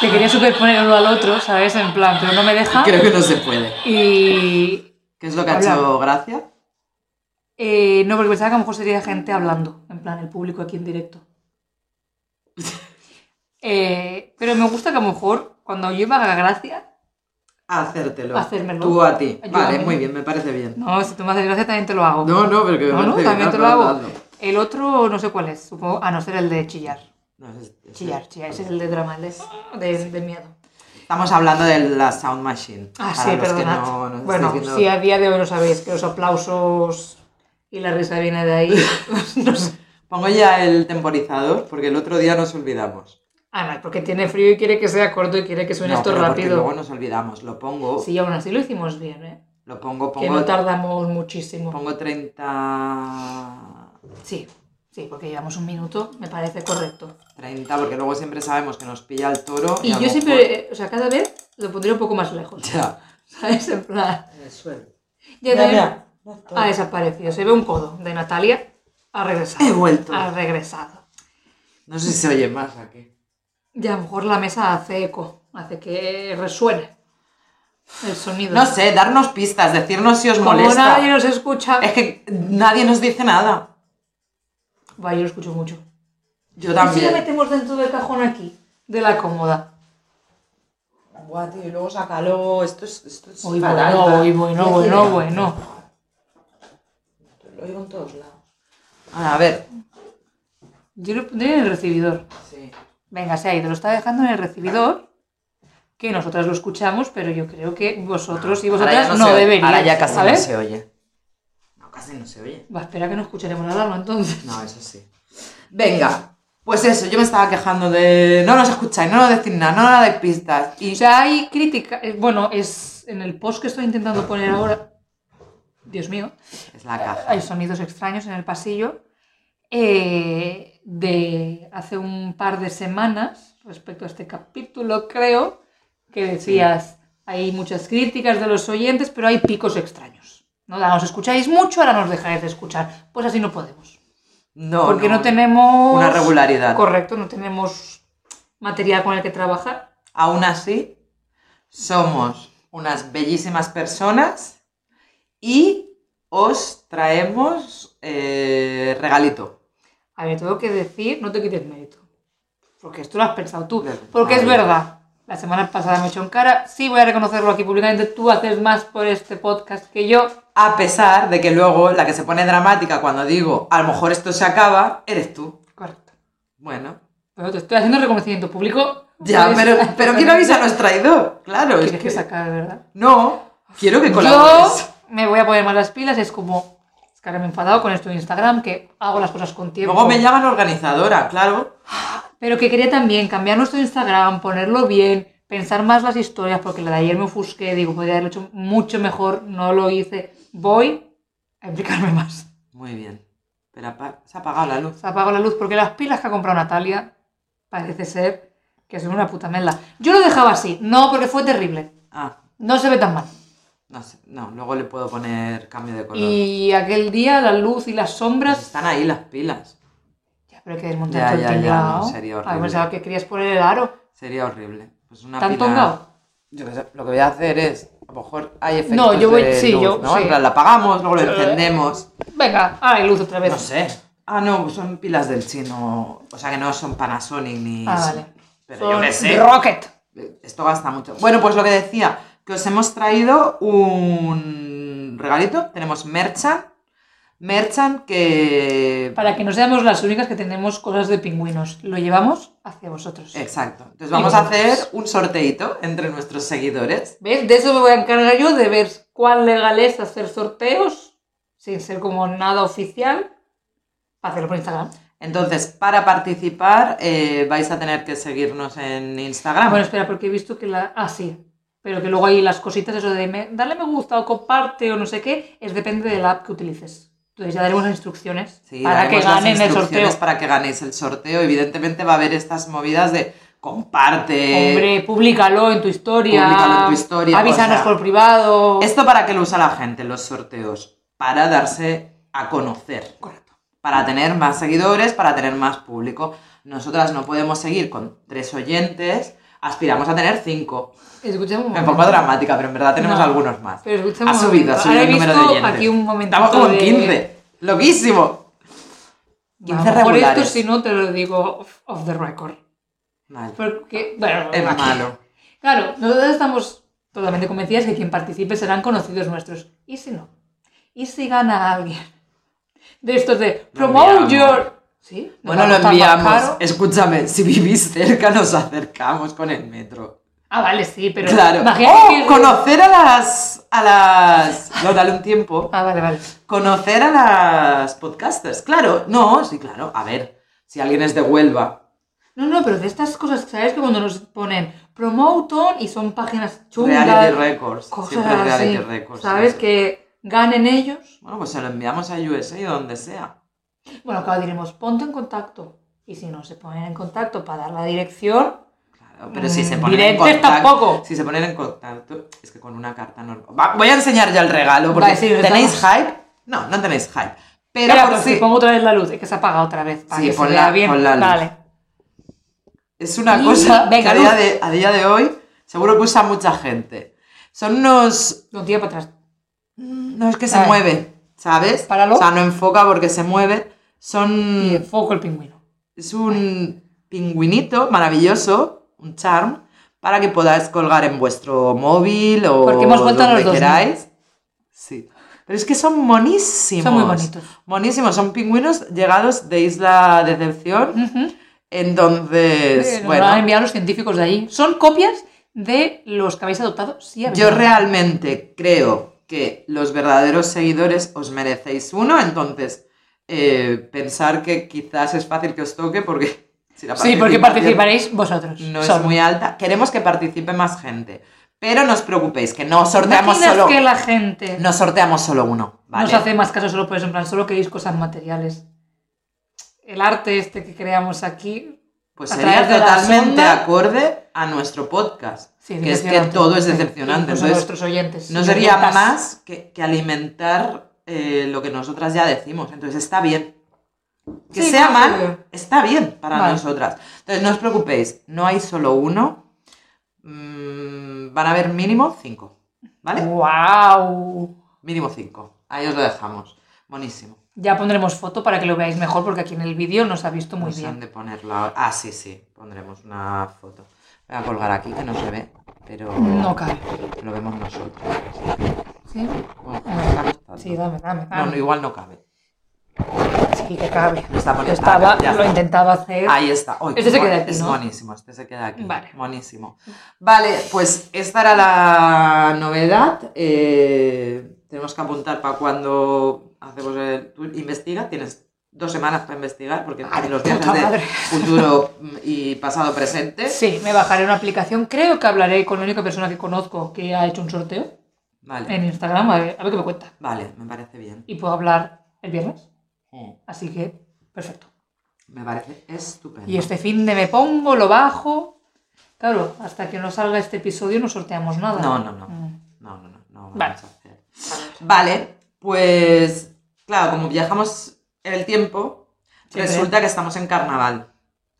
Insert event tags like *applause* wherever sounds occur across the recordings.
Que quería superponer uno al otro, ¿sabes? En plan, pero no me deja. Creo que no se puede. Y. ¿Qué es lo que ha hecho Gracia? eh, no, porque pensaba que a lo mejor sería gente hablando, en plan, el público aquí en *laughs* directo. Eh, pero me gusta que a lo mejor cuando yo me haga gracia, Hacértelo. Hacérmelo. Tú a ti. Yo a vale, mí. muy bien, me parece bien. no, si tú me haces gracia también te lo hago. No, no, pero que me No, no, parece también bien. te lo hago. hazlo. El otro no sé cuál es, supongo, a no ser el de chillar. No, es- es- Chillar, chillar, ese es el de drama, el de, de- de miedo. Estamos hablando de la Sound Machine. Ah, Para sí, los que perdonad. no nos bueno, estéis viendo. si a día de hoy no sabéis que los aplausos y la risa viene de ahí, *laughs* pues no sé. Pongo ya el temporizador porque el otro día nos olvidamos. Ana, porque tiene frío y quiere que sea corto y quiere que suene No, esto pero porque rápido. Luego nos olvidamos. Lo pongo, Sí, aún así lo hicimos bien, ¿eh? lo pongo, Que no pongo, tardamos muchísimo. pongo 30. Sí, sí, porque llevamos un minuto, me parece correcto. 30, porque luego siempre sabemos que nos pilla el toro. Y a lo yo mejor- siempre, eh, o sea, cada vez lo pondría un poco más lejos. *laughs* Ya. *laughs* ¿Sabes? En plan. En el suelo. Ya también ha desaparecido. Se ve un codo de Natalia. Ha regresado. He vuelto. Ha regresado. No sé si se oye más aquí. Y a lo mejor la mesa hace eco, hace que resuene el sonido. No sé, darnos pistas, decirnos si os Como molesta. nadie nos escucha. Es que nadie nos dice nada. Va, yo lo escucho mucho. Yo ¿Y si lo también. metemos dentro del cajón aquí? De la cómoda. Buah, tío, y luego sácalo. Esto es. Esto es Uy, fatal. bueno, uy, bueno, Qué bueno, idea. bueno. Lo oigo en todos lados. Ah, a ver. Yo lo pondría en el recibidor. Sí. Venga, se ha ido. Lo está dejando en el recibidor. Que nosotras lo escuchamos, pero yo creo que vosotros y Ahora ya vosotras no, se oye. deberíais. Ahora ya casi ¿sabes? no se oye. No, casi no se oye. Va, espera que no escucharemos la alarma entonces. No, eso sí. Venga, pues eso, yo me estaba quejando de no nos escucháis, no nos decís nada, no nos dais pistas. Y O sea, hay crítica. eh, Bueno, es en el post que estoy intentando poner ahora. Dios mío. es la caja. Hay sonidos extraños en el pasillo. eh, de hace un par de semanas, respecto a este capítulo, creo, que decías, hay muchas críticas de los oyentes, pero hay picos extraños. ¿no? Ahora nos escucháis mucho, ahora nos dejáis de escuchar. Pues así no podemos. No, porque no, tenemos... una regularidad. Correcto, no tenemos material con el que trabajar. Aún así, somos unas bellísimas personas y os traemos eh, regalito. A ver, tengo que decir, no te quites mérito. Porque esto lo has pensado tú. Vale. Porque es Vale. verdad. La semana pasada me echó en cara. Sí, voy a reconocerlo aquí públicamente. Tú haces más por este podcast que yo. A pesar de que luego la que se pone dramática cuando digo a lo mejor esto se acaba, eres tú. Correcto. Bueno, Pero te estoy haciendo reconocimiento público. ya, Pues, pero, pero quiero avisar a los traidor, claro. es Quieres que que- sacar, ¿verdad? No, quiero que Yo colabores. me voy a poner más las pilas. Es como. Es que ahora me he enfadado con esto de Instagram, que hago las cosas con tiempo. Luego me llaman organizadora, claro. Pero que quería también cambiar nuestro Instagram, ponerlo bien, pensar más las historias, porque la de ayer me ofusqué, digo, podría haberlo hecho mucho mejor, no lo hice. Voy a implicarme más. Muy bien. Pero apa- se ha apagado la luz. Se apago la luz porque las pilas que ha comprado Natalia parece ser que son una puta mela. Yo lo dejaba así, no, porque fue terrible. Ah, No se ve tan mal. no sé. No, luego le puedo poner cambio de color. Y aquel día la luz y las Pues sombras. están ahí las pilas. Ya, pero hay que Ya, desmontar todo el ya, ya, tinglao. no, sería Ah, horrible. pensaba que querías poner el aro. Sería horrible. Pues una ¿Tan pila- tongao? Yo qué sé, lo que voy a hacer es, a lo mejor hay efectos No, yo voy- de sí, luz, yo- ¿no? En sí. Eh, plan, la apagamos, luego lo encendemos. Venga, ahora hay luz otra vez. No sé. Ah, no, son pilas del chino. O sea que no son Panasonic ni... Ah, vale. Pero yo Son qué sé. Rocket. Esto gasta mucho. Bueno, pues lo que decía, que os hemos traído un regalito. Tenemos Merchant. Merchant que... Para que no seamos las únicas que tenemos cosas de pingüinos, lo llevamos hacia vosotros. Exacto. Entonces Y vamos a vosotros. hacer un sorteito entre nuestros seguidores. ¿Ves? De eso me voy a encargar yo, de ver cuán legal es hacer sorteos, sin ser como nada oficial, para hacerlo por Instagram. Entonces, para participar eh, vais a tener que seguirnos en Instagram. Ah, Bueno, espera, porque he visto que la... Ah, sí. Pero que luego hay las cositas, eso de me- darle me gusta o comparte o no sé qué, es depende de la app que utilices. Tú Entonces ya daremos las instrucciones Sí, para que daremos las ganen el instrucciones sorteo. Para que ganéis el sorteo. Evidentemente va a haber estas movidas de comparte. Hombre, públicalo en tu historia. Públicalo en tu historia, Avísanos o sea, por privado. Esto para qué lo usa la gente en los sorteos. Para darse a conocer. Correcto. Para tener más seguidores, para tener más público. Nosotras no podemos seguir con tres oyentes. Aspiramos a tener cinco. Escuchemos un Me momento. pongo dramática, pero en verdad tenemos No. algunos más. Pero escuchemos Ha un subido, ha momento. subido Ahora el he número de visto oyentes. aquí un momentito Estamos como en de- 15. ¡Loquísimo! 15 Vamos, por esto, regulares. si no, te lo digo off, off the record. Vale. Porque, bueno, Es aquí. malo. Claro, nosotros estamos totalmente convencidas que quien participe serán conocidos nuestros. ¿Y si no? ¿Y si gana alguien? De estos de Lo enviamos. promote your... ¿Sí? ¿Nos va Bueno, a lo costar más enviamos. caro? Escúchame, si vivís cerca nos acercamos con el metro. Ah, vale, sí, pero... claro. imagínate ¡Oh! que- Conocer a las. a las. No, dale un tiempo. Ah, vale, vale. Conocer a las podcasters. Claro, no, sí, claro. A ver, si alguien es de Huelva, No, no, pero de estas cosas, ¿sabes? Que cuando nos ponen promote on y son páginas chungas... Reality Records. cosas siempre Reality así, Records. ¿sabes? sí. Que ganen ellos. Bueno, pues se lo enviamos a USA o donde sea. Bueno, acá diremos, ponte en contacto. Y si no se ponen en contacto para dar la dirección... Claro, pero si se mm, ponen en directes contacto. tampoco. Si se ponen en contacto, es que con una carta normal. Va, voy a enseñar ya el regalo, porque Vale, sí, lo ¿tenéis estamos- pues hype? No, no tenéis hype. Pero Espera, por pero si- si pongo otra vez la luz, es que se apaga otra vez. Para Sí, que se ponla- vea bien. ponla luz. Vale. es una Y- cosa venga, que a día, luz. de, a día de hoy seguro que usa mucha gente. Son unos... No, tira para atrás. No es que se Vale. mueve, ¿sabes? Páralo. O sea, no enfoca porque se mueve. Y Son... enfoco el pingüino. Es un pingüinito maravilloso, un charm, para que podáis colgar en vuestro móvil o Porque hemos vuelto a los donde 2000. queráis. Sí. Pero es que son monísimos. Son muy bonitos. Monísimos, son pingüinos llegados de Isla Decepción. Ujú. Eh, nos lo Entonces, han Pues, bueno, enviado los científicos de allí. Son copias de los que habéis adoptado. Sí, a ver. yo realmente creo que los verdaderos seguidores os merecéis uno, entonces eh, pensar que quizás es fácil que os toque porque... *laughs* si la Sí, porque participación- participaréis vosotros. no solo. es muy alta. Queremos que participe más gente. Pero no os preocupéis, que no sorteamos ¿Imaginas solo. que la gente No sorteamos solo uno, ¿vale? nos hace más caso solo por eso? En plan, solo queréis cosas materiales. El arte este que creamos aquí. Pues a sería través de la totalmente sonda. acorde a nuestro podcast. Sí, que es que decepcionante. todo es decepcionante. Incluso Entonces, nuestros oyentes. no sería Idiotas. más que, que alimentar eh, lo que nosotras ya decimos. Entonces está bien. Que Sí, sea no, mal, está bien para Vale. nosotras. Entonces no os preocupéis, no hay solo uno. Mm, van a haber mínimo cinco. ¿Vale? ¡Wow! Mínimo 5. Ahí os lo dejamos. Buenísimo. Ya pondremos foto para que lo veáis mejor porque aquí en el vídeo nos ha visto muy Nos han bien. de ponerla. Ah, sí, sí. Pondremos una foto. Voy a colgar aquí que no se ve, pero No cabe. lo vemos nosotros. ¿Sí? Bueno, no estamos tanto. Sí, dame, dame, No, no, dame. igual no cabe. Sí, que cabe. No está Yo poniendo. estaba, Ah, ya lo está. intentaba hacer. Ahí está. Uy, Este se qué queda bu- aquí, Es ¿no? buenísimo, este se queda aquí. Vale. Buenísimo. Vale, pues esta era la novedad. Eh, tenemos que apuntar para cuando hacemos el... Tú investiga, tienes dos semanas para investigar porque Ay, en los puta viajes de madre. futuro y pasado presente. Sí, me bajaré una aplicación. Creo que hablaré con la única persona que conozco que ha hecho un sorteo Vale, en Instagram. A ver, a ver qué me cuenta. vale, me parece bien. Y puedo hablar el viernes. Mm, Así que, perfecto. Me parece estupendo. Y este fin de me pongo, lo bajo. Claro, hasta que no salga este episodio no sorteamos nada. No, no, no. Mm. No, no, no, no vamos Vale. a hacer. Vale, pues claro, como viajamos en el tiempo, Sí, resulta que estamos en carnaval.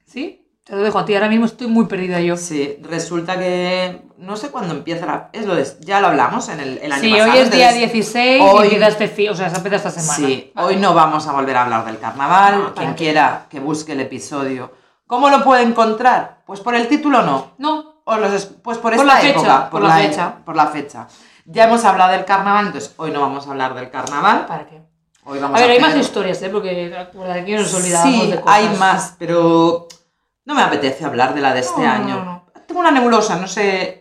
¿Sí? Te lo dejo a ti. Ahora mismo estoy muy perdida yo. Sí, resulta que no sé cuándo empieza la... Es lo de- ya lo hablamos en el, el año Sí, pasado. hoy es día entonces- 16 hoy- y empieza este fi- o sea, se empieza esta semana. Ah, Sí, hoy no vamos a volver a hablar del carnaval. No, para Quien qué. quiera que busque el episodio. ¿Cómo lo puede encontrar? Pues por el título no. No, O los es- pues Por por, esta la fecha, época, por la fecha. Por la fecha. Ya hemos hablado del carnaval, entonces hoy no vamos a hablar del carnaval. ¿para qué? Hoy A vamos a ver, hay más hacer- historias, ¿eh? Porque por aquí nos olvidábamos Sí, de cosas. hay más, pero no me apetece hablar de la de este No, no, año. no. Tengo una nebulosa, no sé.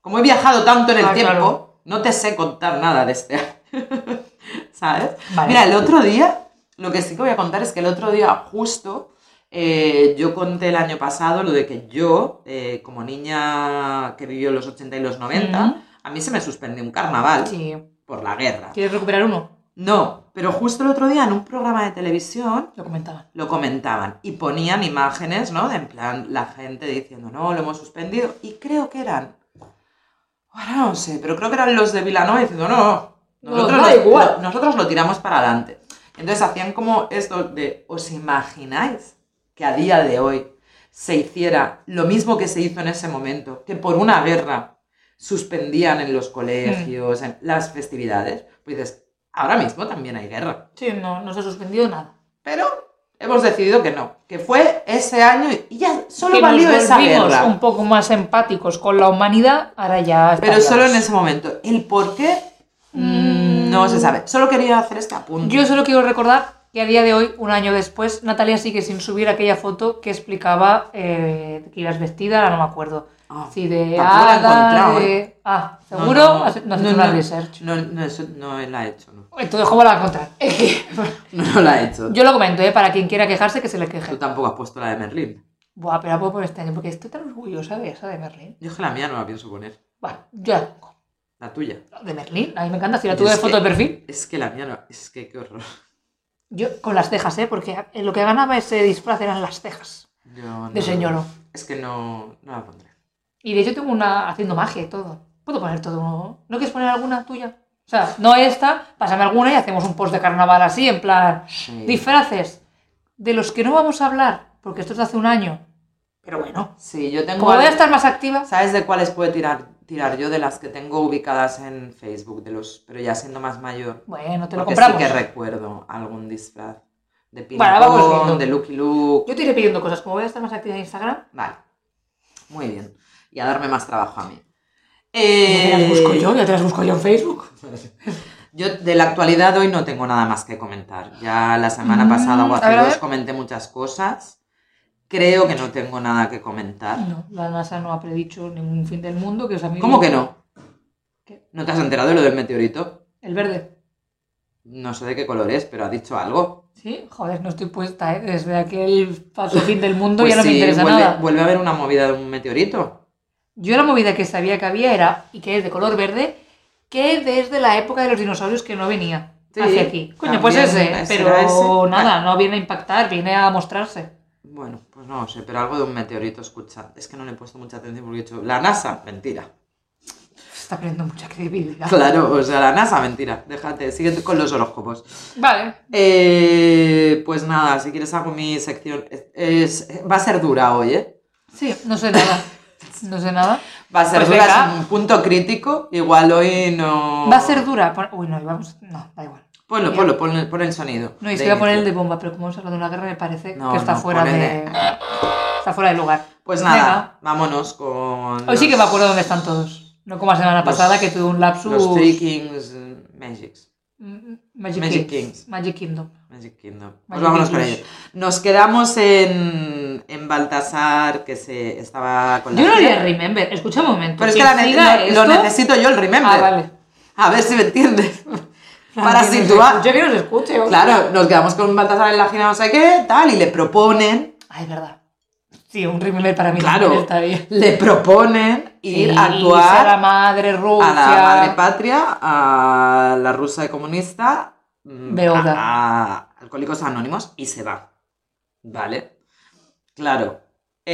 Como he viajado tanto en el Ah, tiempo, claro. no te sé contar nada de este año. *laughs* ¿Sabes? Vale. Mira, el otro día, lo que sí que voy a contar es que el otro día, justo, eh, yo conté el año pasado lo de que yo, eh, como niña que vivió los 80 y los 90, Ujú. a mí se me suspendió un carnaval Sí. por la guerra. ¿Quieres recuperar uno? No, pero justo el otro día en un programa de televisión Lo comentaban. lo comentaban y ponían imágenes, ¿no? De en plan la gente diciendo, no, lo hemos suspendido. Y creo que eran, ahora no sé, pero creo que eran los de Vilanova diciendo, no, no, No, nosotros, da lo, igual". lo- nosotros lo tiramos para adelante. Entonces hacían como esto de, ¿os imagináis que a día de hoy se hiciera lo mismo que se hizo en ese momento, que por una guerra suspendían en los Mm. colegios, en las festividades? Pues dices, ahora mismo también hay guerra. Sí, no, no se ha suspendido nada. Pero hemos decidido que no, que fue ese año y ya solo que valió nos esa volvimos guerra. un poco más empáticos con la humanidad, ahora ya Pero estaríamos. solo en ese momento. El por qué mm, no se sabe. Solo quería hacer este apunte. Yo solo quiero recordar que a día de hoy, un año después, Natalia sigue sin subir aquella foto que explicaba eh, que ibas vestida, ahora no me acuerdo. Ah, Sí, de tampoco la he hada, encontrado, de... ¿eh? Ah, No, seguro, no, no. has, no has No, hecho una no. research. No, no, eso no la he hecho. No, *laughs* Entonces, ¿cómo la encontrar? *laughs* no, no la he hecho. Yo lo comento, ¿eh? para quien quiera quejarse, que se le Tú queje. tampoco has puesto la de Merlín. Buah, pero la puedo poner este año, porque estoy tan orgullosa de esa de Merlín. Yo es que la mía no la pienso poner. Bueno, yo la tengo. La tuya. De Merlín, a mí me encanta, si la Yo tuve de es foto de que- perfil. Es que la mía no. Es que qué horror. Yo con las cejas, ¿eh? Porque lo que ganaba ese disfraz eran las cejas Yo no- de señor. Es que no, no la pondré. Y de hecho tengo una haciendo magia y todo. Puedo poner todo. ¿No quieres poner alguna tuya? O sea, no esta, pásame alguna y hacemos un post de carnaval así, en plan. Sí. Disfraces de los que no vamos a hablar, porque esto es de hace un año. Pero bueno. Sí, yo tengo. Como voy a algo- estar más activa. ¿Sabes de cuáles puedo tirar, tirar yo? De las que tengo ubicadas en Facebook, de los, pero ya siendo más mayor. Bueno, te lo porque compramos. sí que recuerdo algún disfraz. De Bueno, vamos viendo. Pimpón, de Lucky Luke. Yo te iré pidiendo cosas. Como voy a estar más activa en Instagram, Vale. Muy bien. Y a darme más trabajo a mí. ya te las busco Eh, yo, ya te las busco yo en Facebook. *laughs* yo de la actualidad hoy no tengo nada más que comentar. Ya la semana Mm, pasada o a hace ver, a dos ver. comenté muchas cosas. Creo que no tengo nada que comentar. No, la NASA no ha predicho ningún fin del mundo, que es a mí. ¿Cómo que no? ¿Qué? ¿No te has enterado de lo del meteorito? El verde. No sé de qué color es, pero ha dicho algo. Sí, joder, no estoy puesta, ¿eh? Desde aquel falso fin del mundo Pues ya no me sí, interesa vuelve, nada. vuelve a haber una movida de un meteorito. Yo la movida que sabía que había era, y que es de color verde, que desde la época de los dinosaurios que no venía Sí, hacia aquí. Coño, pues también, ese, ese pero era ese. nada, no viene a impactar, viene a mostrarse. Bueno, pues no lo sé, pero algo de un meteorito, escucha. Es que no le he puesto mucha atención porque he dicho, la NASA, mentira. Se está perdiendo mucha credibilidad. *laughs* Claro, o sea, la NASA, mentira. Déjate, sigue con los horóscopos. Vale, Eh, pues nada, si quieres hago mi sección. Es- es- va a ser dura hoy, ¿eh? sí, no sé nada. No sé nada. Va a ser Pues dura, venga. es un punto crítico. Igual hoy no... Va a ser dura. pon- Uy, no, vamos. No, da igual. Ponlo, ponlo, pon el, pon el sonido. No, y de se iba a poner el inicio. de bomba, pero como hemos hablado de una guerra, me parece No, que está no, fuera pon de. el Está fuera de lugar. Pues nada, Venga. vámonos con... Hoy sí que me los- acuerdo dónde están todos. No como la semana pasada que tuve un lapsus. Los Three Kings eh, Magics. Mm, Magic, Magic Kings. Kings. Magic Kingdom. Magic Kingdom. Pues Magic vámonos con Kingdom. ellos. Nos quedamos en, en Baltasar, que se estaba con la. Yo no gira. haría remember. Escucha un momento. Pero es que Quien la ne- siga lo- esto- lo, necesito yo el remember. Ah, vale. A ver si me *laughs* entiendes. *laughs* Para Nadie nos situar. escucha, que nos escuche. hombre. Claro, nos quedamos con Baltasar en la gira, no sé qué, tal, y le proponen, Ah, es verdad. Sí, un remember para mí Claro. también está bien. le proponen ir Sí, a a la actuar madre Rusia. a la madre patria, a la rusa comunista, mm, Beoda. a, a Alcohólicos Anónimos y se va. ¿Vale? Claro.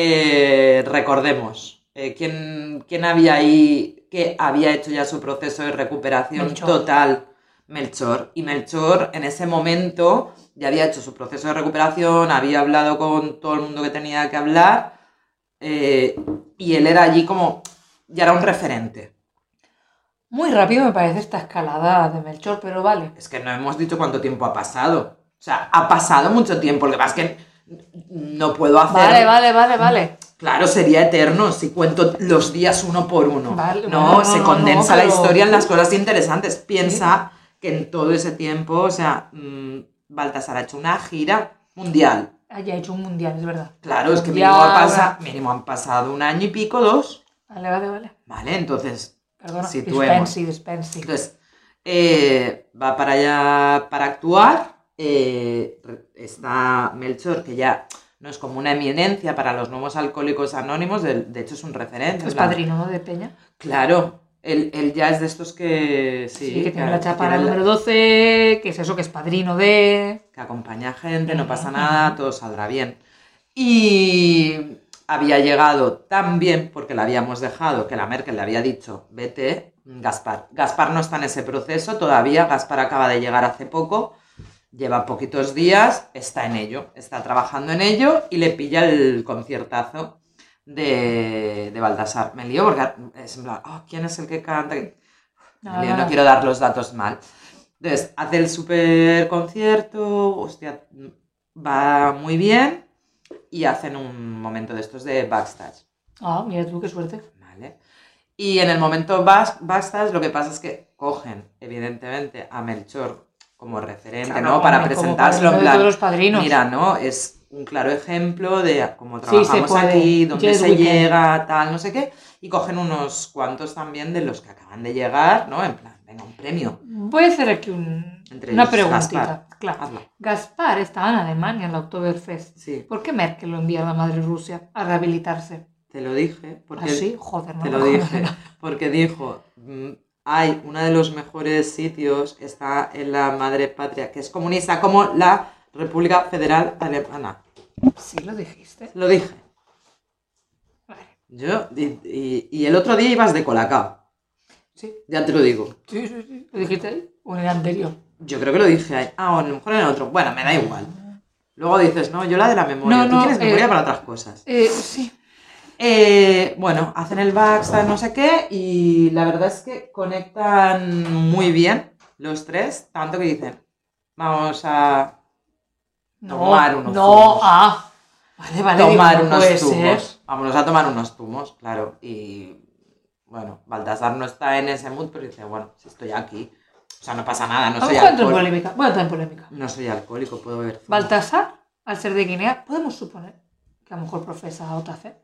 Eh, recordemos, eh, ¿quién, quién había ahí que había hecho ya su proceso de recuperación Melchor. total? Melchor. Y Melchor en ese momento ya había hecho su proceso de recuperación, había hablado con todo el mundo que tenía que hablar eh, y él era allí como, ya era un referente. Muy rápido me parece esta escalada de Melchor, pero vale. Es que no hemos dicho cuánto tiempo ha pasado. O sea, ha pasado mucho tiempo. Lo que pasa es que no puedo hacer. Vale, vale, vale, vale. Claro, sería eterno si cuento los días uno por uno. Vale, no, bueno, no, se no, condensa no, la pero- historia en las cosas interesantes. Piensa que en todo ese tiempo, o sea, mm, Baltasar ha hecho una gira mundial. Ah, ya he hecho un mundial, es verdad. Claro, es que Mundial. mínimo, ha pasa- mínimo han pasado un año y pico, dos. Vale, vale, vale. Vale, entonces Perdona, Situemos. dispensi, dispensi. Entonces, eh, va para allá para actuar. eh, re- está Melchor, que ya no es como una eminencia para los nuevos alcohólicos anónimos, de, de hecho es un referente. en Es plan, padrino, ¿no? De Peña. Claro, Él, él ya es de estos que. Sí, Sí, que tiene la chapa tiene la- número 12, que es eso, que es padrino de... que acompaña gente, no pasa Ujú. nada, todo saldrá bien. Y había llegado tan bien, porque la habíamos dejado, que la Merkel le había dicho, vete, Gaspar. Gaspar no está en ese proceso todavía, Gaspar acaba de llegar hace poco, lleva poquitos días, está en ello, está trabajando en ello y le pilla el conciertazo de, de Baltasar. Me lío porque es en plan, "Oh, ¿quién es el que canta? Ah. Yo no quiero dar los datos mal. Entonces, hace el super concierto, hostia, va muy bien y hacen un momento de estos de backstage, Ah, mira tú, qué suerte. ¿vale? Y en el momento bas- backstage lo que pasa es que cogen, evidentemente, a Melchor como referente, Claro, ¿no? Para hombre, como presentárselo en padrino de plan, todos los padrinos. mira, ¿no? Es un claro ejemplo de cómo Sí, se trabajamos puede. aquí, dónde Yes, se we can. llega, tal, no sé qué. Y cogen unos cuantos también de los que acaban de llegar, ¿no? En plan, venga, un premio. Voy a hacer aquí un- Entre una ellos, preguntita. Gaspar. Claro. Hazlo. Gaspar estaba en Alemania en la Oktoberfest. Ah, pues, Sí, ¿Por qué Merkel lo envía a la madre Rusia a rehabilitarse? te lo dije, porque Así, joder, ¿Ah, no te me lo acuerdo. dije, porque dijo, mm, hay uno de los mejores sitios está en la madre patria, que es comunista como la República Federal Alemana. Sí, lo dijiste. Lo dije. Vale. Yo y, y- y el otro día ibas de colacao, Sí, ya te lo digo. sí, sí, sí. Lo dijiste o en el anterior. Yo creo que lo dije ahí. Ah, o a lo mejor en el otro. Bueno, me da igual. Luego dices, no, yo la de la memoria. No, Tú no, tienes eh, memoria para otras cosas. Eh, sí. Eh, bueno, hacen el backstage, no sé qué, y la verdad es que conectan muy bien los tres, tanto que dicen, vamos a No, Tomar unos no, zumos. ah. Vale, vale. pues eh, tomar digo, no unos puede tumos. ser. Vámonos a tomar unos tumos, claro. Y bueno, Baltasar no está en ese mood, pero dice, bueno, si estoy aquí, o sea, no pasa nada, no Vamos soy a entrar en alcohólico. polémica. Voy a entrar en polémica. No soy alcohólico, puedo beber zumo. Baltasar, al ser de Guinea, podemos suponer que a lo mejor profesa otra fe.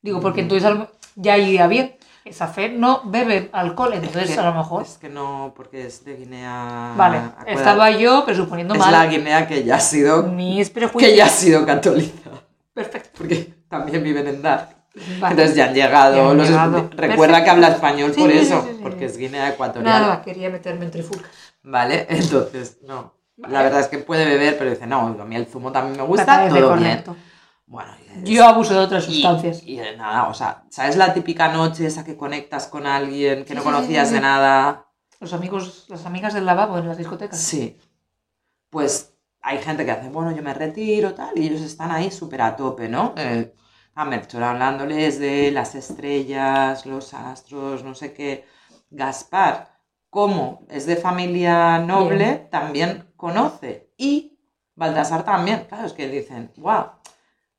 Digo, Mm. porque entonces a lo- ya iría bien. Esa fe no bebe alcohol, entonces que- a lo mejor. Es que no, porque es de Guinea. Vale, acuérdate, estaba yo presuponiendo Es mal la Guinea que ya ha sido, mis prejuicios. que ya ha sido católica. Perfecto. porque también viven en Dar. Vale. Entonces ya han llegado. Ya han los llegado. escu- Recuerda Perfecto. que habla español Sí, por sí, sí, eso, sí, sí. porque es Guinea Ecuatorial. Nada, quería meterme entre furcas. Vale, *laughs* entonces, no. La Vale. verdad es que puede beber, pero dice, no, a mí el zumo también me Me gusta, parece todo bien. correcto. Bueno, y- Yo abuso de otras y- sustancias. Y, de nada, o sea, ¿sabes la típica noche esa que conectas con alguien que Sí, no sí, conocías sí, sí, de sí. nada? Los amigos, las amigas del lavabo en las discotecas. Sí. Pues hay gente que hace, bueno, yo me retiro, tal, y ellos están ahí súper a tope, ¿no? Eh, a Melchor hablándoles de las estrellas, los astros, no sé qué. Gaspar, como es de familia noble, también conoce. Y Baltasar también. Claro, es que dicen, wow,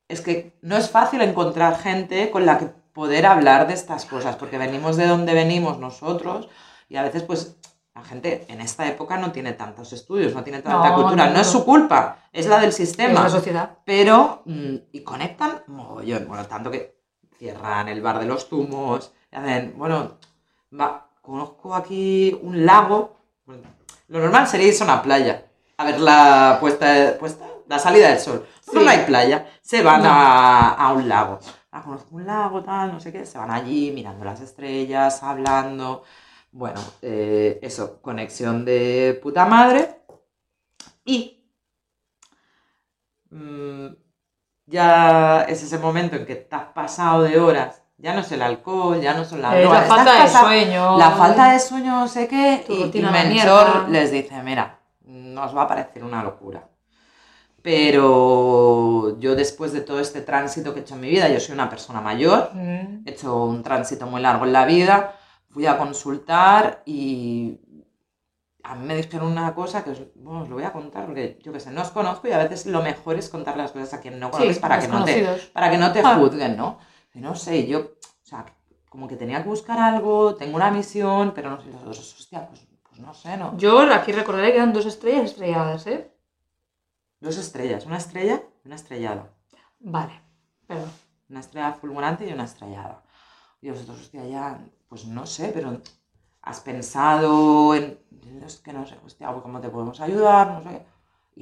es que no es fácil encontrar gente con la que poder hablar de estas cosas, porque venimos de donde venimos nosotros y a veces pues la gente en esta época no tiene tantos estudios, no tiene tanta No, cultura, no, no, es no. su culpa, es la del Es sistema, la sociedad. pero mm, y conectan mogollón, bueno, tanto que cierran el bar de los tumos, y hacen, bueno, va, conozco aquí un lago, Bueno, lo normal sería irse a una playa, a ver la puesta, puesta la salida del sol, pero Sí. no hay playa, se van No. a, a un lago. Ah, conozco un lago, tal, no sé qué, se van allí mirando las estrellas, hablando. Bueno, eh, eso, conexión de puta madre. Y mm, ya es ese momento en que estás pasado de horas. Ya no es el alcohol, ya no son las Eh, drogas, la estás falta de pasado- sueño. la falta de sueño, no sé qué, Tu y, y rutina de mierda. Mentor les dice, mira, nos va a parecer una locura. Pero yo después de todo este tránsito que he hecho en mi vida, yo soy una persona mayor, Mm. he hecho un tránsito muy largo en la vida, fui a consultar y a mí me dijeron una cosa que os, bueno, os lo voy a contar porque yo qué sé, no os conozco y a veces lo mejor es contar las cosas a quien no conoces Sí, pues para que no te desconocidos. para que no te Ah. juzguen, ¿no? Y no sé, yo, o sea, como que tenía que buscar algo, tengo una misión, pero no sé, los dos, hostia, pues, pues no sé, ¿no? Yo aquí recordaré que eran dos estrellas estrelladas, ¿eh? Dos estrellas, una estrella y una estrellada. Vale, perdón. Una estrella fulgurante y una estrellada. Y vosotros, hostia, ya, pues no sé, pero has pensado en, es que no sé, hostia, pues, ¿cómo te podemos ayudar? No sé qué.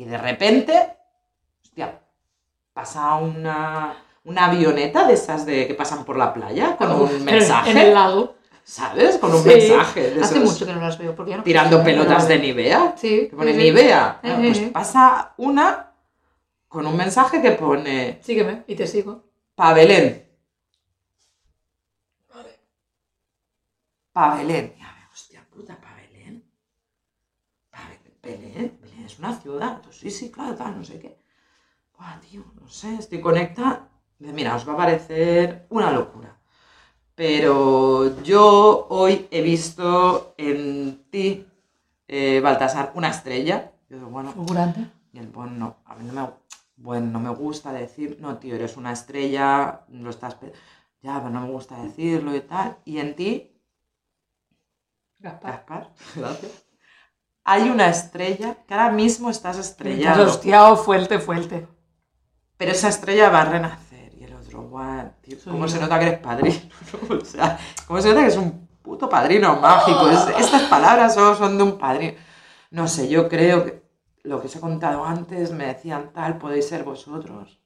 Y de repente, hostia, pasa una, una avioneta de esas de, que pasan por la playa con un Pero mensaje. En el lago. ¿sabes? Con un Sí. mensaje. de Hace esos mucho que no las veo. Porque ya no Tirando pelotas de nieve. Nivea. Sí. Que pone sí, sí. Nivea. Sí, Ah, sí, Pues sí. pasa una con un mensaje que pone Sígueme y te sigo. Pa' Belén. Pa' Belén. Y a ver, hostia puta, Pa' Belén. Pa' Be- Belén. Belén es una ciudad. Pues sí, sí, claro, tal, no sé qué. Buah, tío, no sé, estoy conectada. Mira, os va a parecer una locura. Pero yo hoy he visto en ti, eh, Baltasar, una estrella. Yo digo, bueno, Fulgurante. y el bon no, a mí no me, bueno, no me gusta decir, no, tío, eres una estrella, lo estás... pe- Ya, pero no me gusta decirlo y tal. Y en ti, Gaspar. Gaspar, gracias. Hay una estrella que ahora mismo estás Estás estrellado, hostiao oh, fuerte, fuerte. pero esa estrella va a renacer. Y el otro, guau, tío, Soy cómo yo. se nota que eres padrino, *laughs* ¿no? O sea, cómo se nota que es un puto padrino mágico. Es- estas palabras solo son de un padrino. No sé, yo creo que lo que os he contado antes, me decían tal, podéis ser vosotros.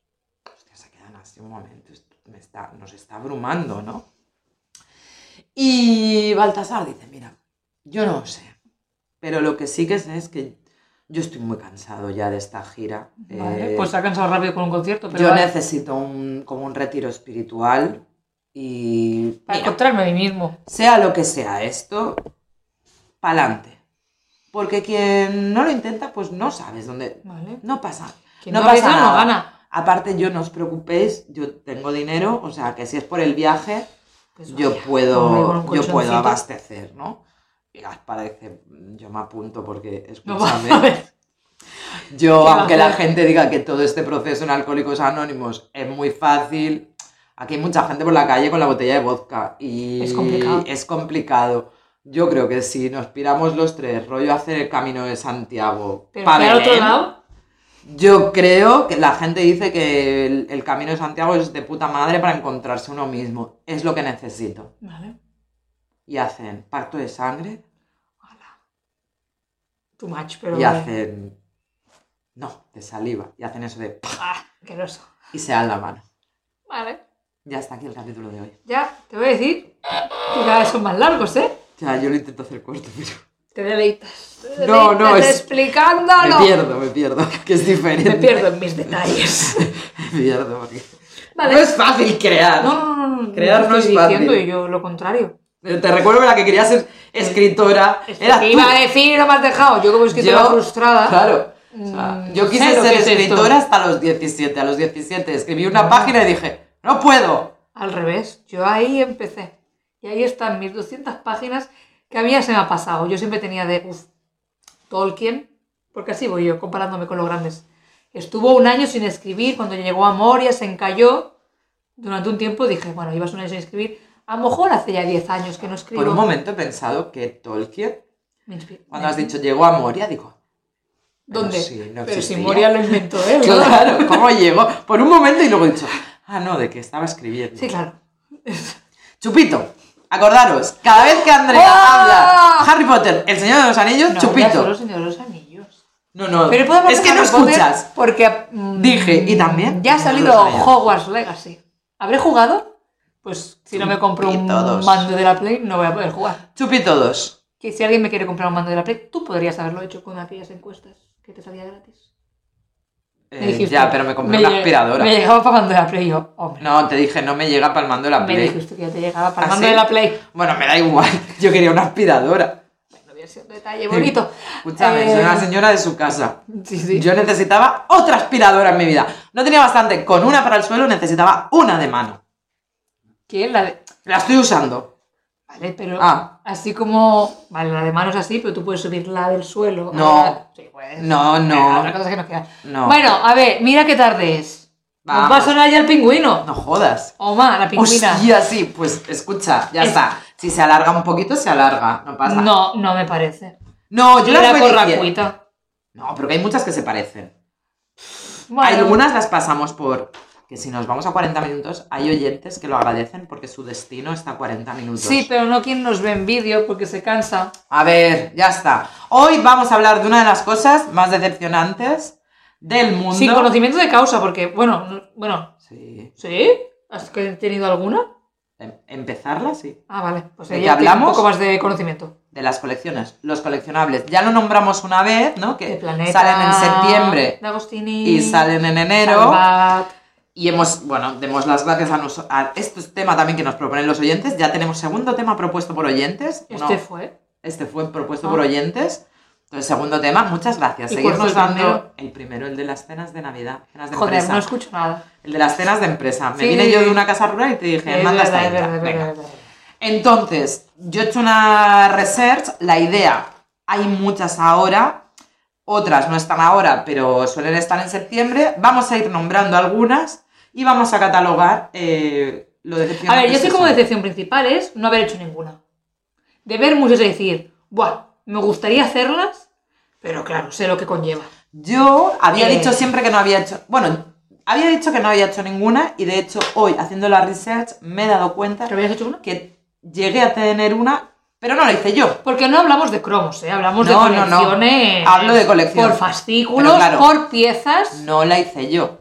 Hostia, se quedan así un momento, esto me está, nos está abrumando, ¿no? Y Baltasar dice, mira, yo no sé, pero lo que sí que sé es que yo estoy muy cansado ya de esta gira. Vale, eh, pues se ha cansado rápido con un concierto, pero yo vale, necesito un, como un retiro espiritual y para mira, encontrarme a mí mismo. sea lo que sea esto, pa'lante. Porque quien no lo intenta, pues no sabes dónde... Vale. No pasa Quien No no, pasa arriesga, no nada. gana. Aparte, yo no os preocupéis, yo tengo dinero, o sea que si es por el viaje, Pues *laughs* yo vaya, hombre, con un puedo, yo puedo colchoncito. abastecer, ¿no? Y Gaspar dice, yo me apunto porque, No va escúchame, a ver. yo, ¿Qué va a aunque la hacer? gente diga que todo este proceso en Alcohólicos Anónimos es muy fácil, aquí hay mucha gente por la calle con la botella de vodka y Es complicado. es complicado. Yo creo que si nos piramos los tres, rollo hacer el camino de Santiago, Pero pa' fui al otro Belén, lado, yo creo que la gente dice que el, el camino de Santiago es de puta madre para encontrarse uno mismo. Es lo que necesito. vale. Y hacen pacto de sangre Hola. Too much, pero. y vale. hacen. No, de saliva. Y hacen eso de. ¡pah! Ah, asqueroso. Y se dan la mano. Vale. Ya está aquí el capítulo de hoy. Ya, te voy a decir que cada vez son más largos, ¿eh? Ya, yo lo intento hacer corto, pero. Te deleitas. Te No, deleitas no, es- explicándolo. Me pierdo, me pierdo. *laughs* Que es diferente. Ah, Me pierdo en mis detalles. *laughs* Me pierdo porque. Vale. No es fácil crear. *laughs* No, no, no, no, no. Crear te no estoy es fácil. diciendo yo lo contrario. Te recuerdo la que quería ser escritora. Es Era que tú. iba a decir, no me has dejado. Yo como escritora Yo- frustrada. Claro. O sea, Mm, yo no quise sé lo ser que es esto. escritora hasta los 17. A los 17 escribí una Ah. página y dije, no puedo. Al revés, yo ahí empecé. Y ahí están mis 200 páginas que a mí ya se me ha pasado. Yo siempre tenía de, uff, Tolkien, porque así voy yo, comparándome con los grandes. Estuvo un año sin escribir, cuando llegó a Moria se encalló. Durante un tiempo dije, bueno, ibas un año sin escribir. A lo mejor hace ya 10 años que no escribo. Por un momento he pensado que Tolkien, Me inspira- cuando has dicho llegó a *laughs* Moria, digo, pero ¿Dónde? si no Pero si existía. Moria lo inventó *laughs* él. ¿no? claro, ¿cómo llegó? Por un momento y luego he dicho, ah, no, de que estaba escribiendo. Sí, claro. Chupito, acordaros, cada vez que Andrea ¡Ah! habla Harry Potter, El Señor de los Anillos, No, ya solo Chupito. Señor de los Anillos. No, no, Pero puedo hablar es de que no Harry Potter escuchas. Porque mm, Dije, y también Ya ha no salido lo sabía. Hogwarts Legacy. ¿Habré jugado? Pues si no me compro Y un todos. mando de la Play, no voy a poder jugar. Chupito 2. Que si alguien me quiere comprar un mando de la Play, tú podrías haberlo hecho con aquellas encuestas que te salía gratis. Eh, Me dijiste, ya, pero me compré lle- una aspiradora. Me llegaba para mando de la Play y yo, hombre. No, te dije, no me llega palmando la me Play. dijiste que ya te llegaba para ¿Ah, mando sí? de la Play. Bueno, me da igual. *laughs* Yo quería una aspiradora. Bueno, hubiera sido un detalle bonito. *laughs* Escúchame, Eh, soy una señora de su casa. Sí, sí. Yo necesitaba otra aspiradora en mi vida. No tenía bastante con una para el suelo, necesitaba una de mano. ¿Quién? La de... La estoy usando. Vale, pero Ah. así como... Vale, la de manos así, pero tú puedes subir la del suelo. a No. la- Sí, pues. No, Ah, Otra no, cosa que nos queda. no. Bueno, a ver, mira qué tarde es. Nos va a Vamos. sonar ya el pingüino. No jodas. Oma, la pingüina. Hostia, sí, pues escucha, ya Es- está. Si se alarga un poquito, se alarga. No pasa. No, no me parece. No, yo Y las la voy diciendo. corracuita. No, pero que hay muchas que se parecen. Bueno, Algunas las pasamos por. Que si nos vamos a 40 minutos, hay oyentes que lo agradecen porque su destino está a 40 minutos. Sí, pero no quien nos ve en vídeo porque se cansa. A ver, ya está. Hoy vamos a hablar de una de las cosas más decepcionantes del mundo. Sin conocimiento de causa, porque, bueno, no- bueno, Sí. ¿sí? ¿Has que- tenido alguna? Em- Empezarla, sí. Ah, vale. Pues ¿De ahí qué ya tiene hablamos? un poco más de conocimiento. De las colecciones. Los coleccionables. Ya lo nombramos una vez, ¿no? De Que Planeta. salen en septiembre De Agostini. y salen en enero. Salvat. Y hemos, bueno, demos las gracias a, nos- a este es tema también que nos proponen los oyentes. Ya tenemos segundo tema propuesto por oyentes. Uno- Este fue. este fue propuesto Ah. por oyentes. Entonces, segundo tema, muchas gracias. ¿Y cuál fue Seguirnos el dando primero? el primero, el de las cenas de Navidad, cenas de Joder, empresa. no escucho nada. El de las cenas de empresa. Me Sí. vine yo de una casa rural y te dije, Es verdad, manda esta es idea. verdad, es Venga. verdad, es verdad. Entonces, yo he hecho una research, la idea, hay muchas ahora, otras no están ahora, pero suelen estar en septiembre, vamos a ir nombrando algunas y vamos a catalogar eh, lo A ver, yo sé sé como decepción principal es no haber hecho ninguna. De ver muchas y decir, buah, me gustaría hacerlas, pero claro, sé lo que conlleva. Yo había Eh. dicho siempre que no había hecho, bueno, había dicho que no había hecho ninguna y de hecho hoy haciendo la research me he dado cuenta ¿Te habías hecho una? que llegué a tener una, pero no la hice yo. Porque no hablamos de cromos, ¿eh? hablamos de No, no, no. colecciones. Hablo de colección. Por fascículos, Pero claro. por piezas. No la hice yo.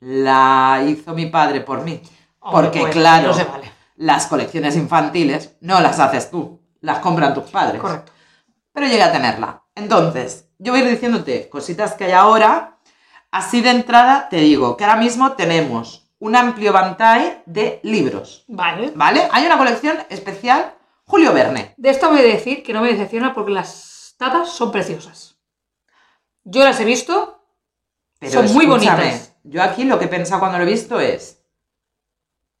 La hizo mi padre por mí. Hombre, Porque, pues, claro, No se vale. las colecciones infantiles no las haces tú, las compran tus padres. Correcto. Pero llegué a tenerla. Entonces, yo voy a ir diciéndote cositas que hay ahora. Así de entrada te digo que ahora mismo tenemos un amplio ventall de libros. Vale. ¿Vale? Hay una colección especial Julio Verne. De esto voy a decir que no me decepciona porque las tapas son preciosas. Yo las he visto. Pero Son muy escúchame, bonitas. Yo aquí lo que he pensado cuando lo he visto es.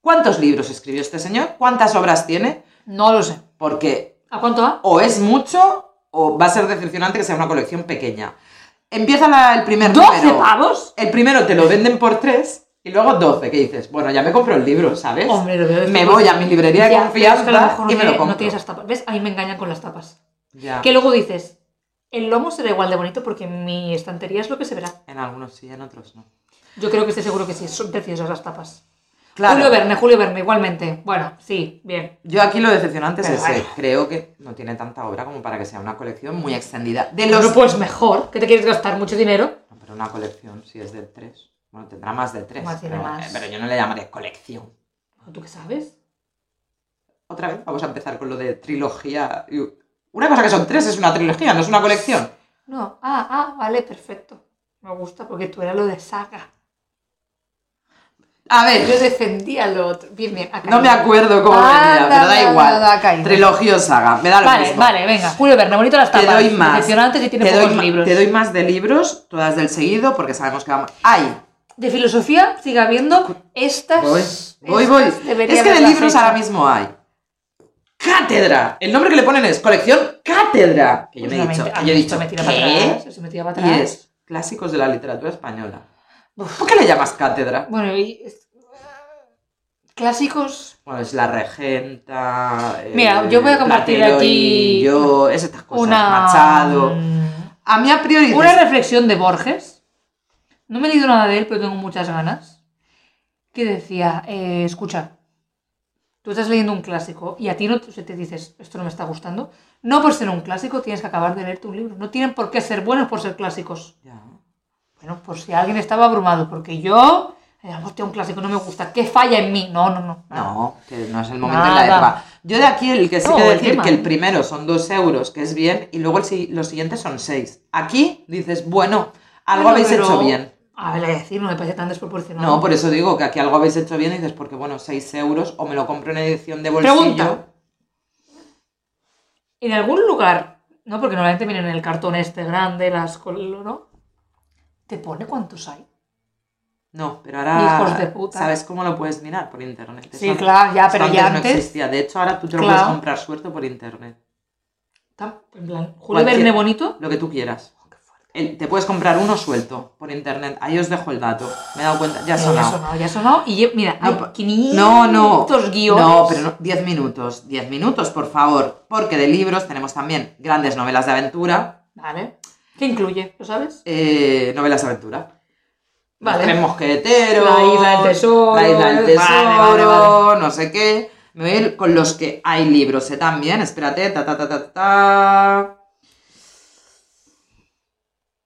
¿Cuántos libros escribió este señor? ¿Cuántas obras tiene? No lo sé. Porque ¿A cuánto va? o es mucho o va a ser decepcionante que sea una colección pequeña. Empieza la- el primer ¿12 número. pavos? El primero te lo venden por 3 y luego 12, que dices, bueno, ya me compro el libro, ¿sabes? Hombre, lo veo. me voy a mi librería de Ya, pero es que a lo confianza mejor no y me lo tiene- compro. No tienes las tapas. ¿Ves? A mí me engañan con las tapas. Ya. Que luego dices, el lomo será igual de bonito porque en mi estantería es lo que se verá. En algunos sí, en otros no. Yo creo que estoy seguro que sí, son preciosas las tapas. Claro, Julio Verne, Julio Verne, igualmente. Bueno, sí, bien. yo aquí lo decepcionante es Pero ese. bueno. Creo que no tiene tanta obra como para que sea una colección muy extendida. De Pero los... pues mejor, que te quieres gastar mucho dinero. No, Pero una colección, si es de 3. Bueno, tendrá más de 3. Más tiene pero, más. pero yo no le llamaría colección. ¿Tú qué sabes? Otra vez vamos a empezar con lo de trilogía. Y Una cosa que son tres es una trilogía, no es una colección. No, ah, ah, vale, perfecto. Me gusta porque tú eras lo de saga. A Yo ver, defendía lo otro. Bien, bien, ha Eh. no me caído. acuerdo cómo Ah, venía, pero da ha caído. igual. Trilogía o saga, me da lo Vale, mismo. vale, venga. Julio Verne, bonito las Te tapas. doy más. Decepcionantes y tiene te, pocos doy, ma- libros. te doy más de libros, todas del seguido, porque sabemos que vamos. ¡Ay! De filosofía sigue habiendo estas. Voy, voy, voy. estas debería Es que de haberlas libros hecho. ahora mismo hay. ¡Cátedra! El nombre que le ponen es colección Cátedra. Que yo me he dicho, Últimamente, que ah, yo he esto dicho, me tira para ¿qué? atrás. esto me tira para Y atrás. es clásicos de la literatura española. Uf. ¿Por qué le llamas cátedra? Bueno, y. es- Clásicos. Bueno, es la regenta. eh, Mira, yo voy a compartir Platero aquí y Yo, es estas cosas. una. mm, Machado. A mí a priori. Una dices, reflexión de Borges. No me he leído nada de él, pero tengo muchas ganas. Que decía: eh, Escucha, tú estás leyendo un clásico y a ti no te, se te dices, esto no me está gustando. No por ser un clásico tienes que acabar de leerte un libro. No tienen por qué ser buenos por ser clásicos. Ya. Bueno, por si alguien estaba abrumado, porque yo, eh, hostia, un clásico no me gusta, ¿qué falla en mí? No, no, no. No, que no es el momento Nada. en la herba. Yo de aquí el que sí No, que el decir tema. ¿eh? que el primero son dos euros, que es bien, y luego el si- los siguientes son seis. Aquí dices, bueno, algo Bueno, habéis pero- hecho bien. A ver, a decir, no me parece tan desproporcionado. No, por eso digo que aquí algo habéis hecho bien y dices, porque bueno, seis euros o me lo compro en edición de bolsillo. Pregunta. En algún lugar, ¿no? Porque normalmente vienen en el cartón este grande, las col- ¿no? ¿Te pone cuántos hay? No, pero ahora Hijos de puta. sabes cómo lo puedes mirar por internet. Sí, Eso- claro, ya, Esto pero ya no antes. existía. De hecho, ahora tú te lo Claro. puedes comprar suelto por internet. Tam- en plan, Julio Cualquier- Verne bonito. Lo que tú quieras. Oh, qué fuerte. El- te puedes comprar uno suelto por internet. Ahí os dejo el dato. Me he dado cuenta. Ya ha Ya ha sonado. sonado, ya ha sonado. Y lle- mira, No, hay pa- 500 No, no. guiones. No, pero no- 10 minutos. 10 minutos, por favor. Porque de libros tenemos también grandes novelas de aventura. Vale. ¿Qué incluye? ¿Lo sabes? eh, novelas de aventura. Los Vale. tres mosqueteros. La isla del tesoro. La isla del Vale, vale, tesoro, no sé qué. Me voy a ir con los que hay libros eh, también. Espérate, ta ta ta ta ta.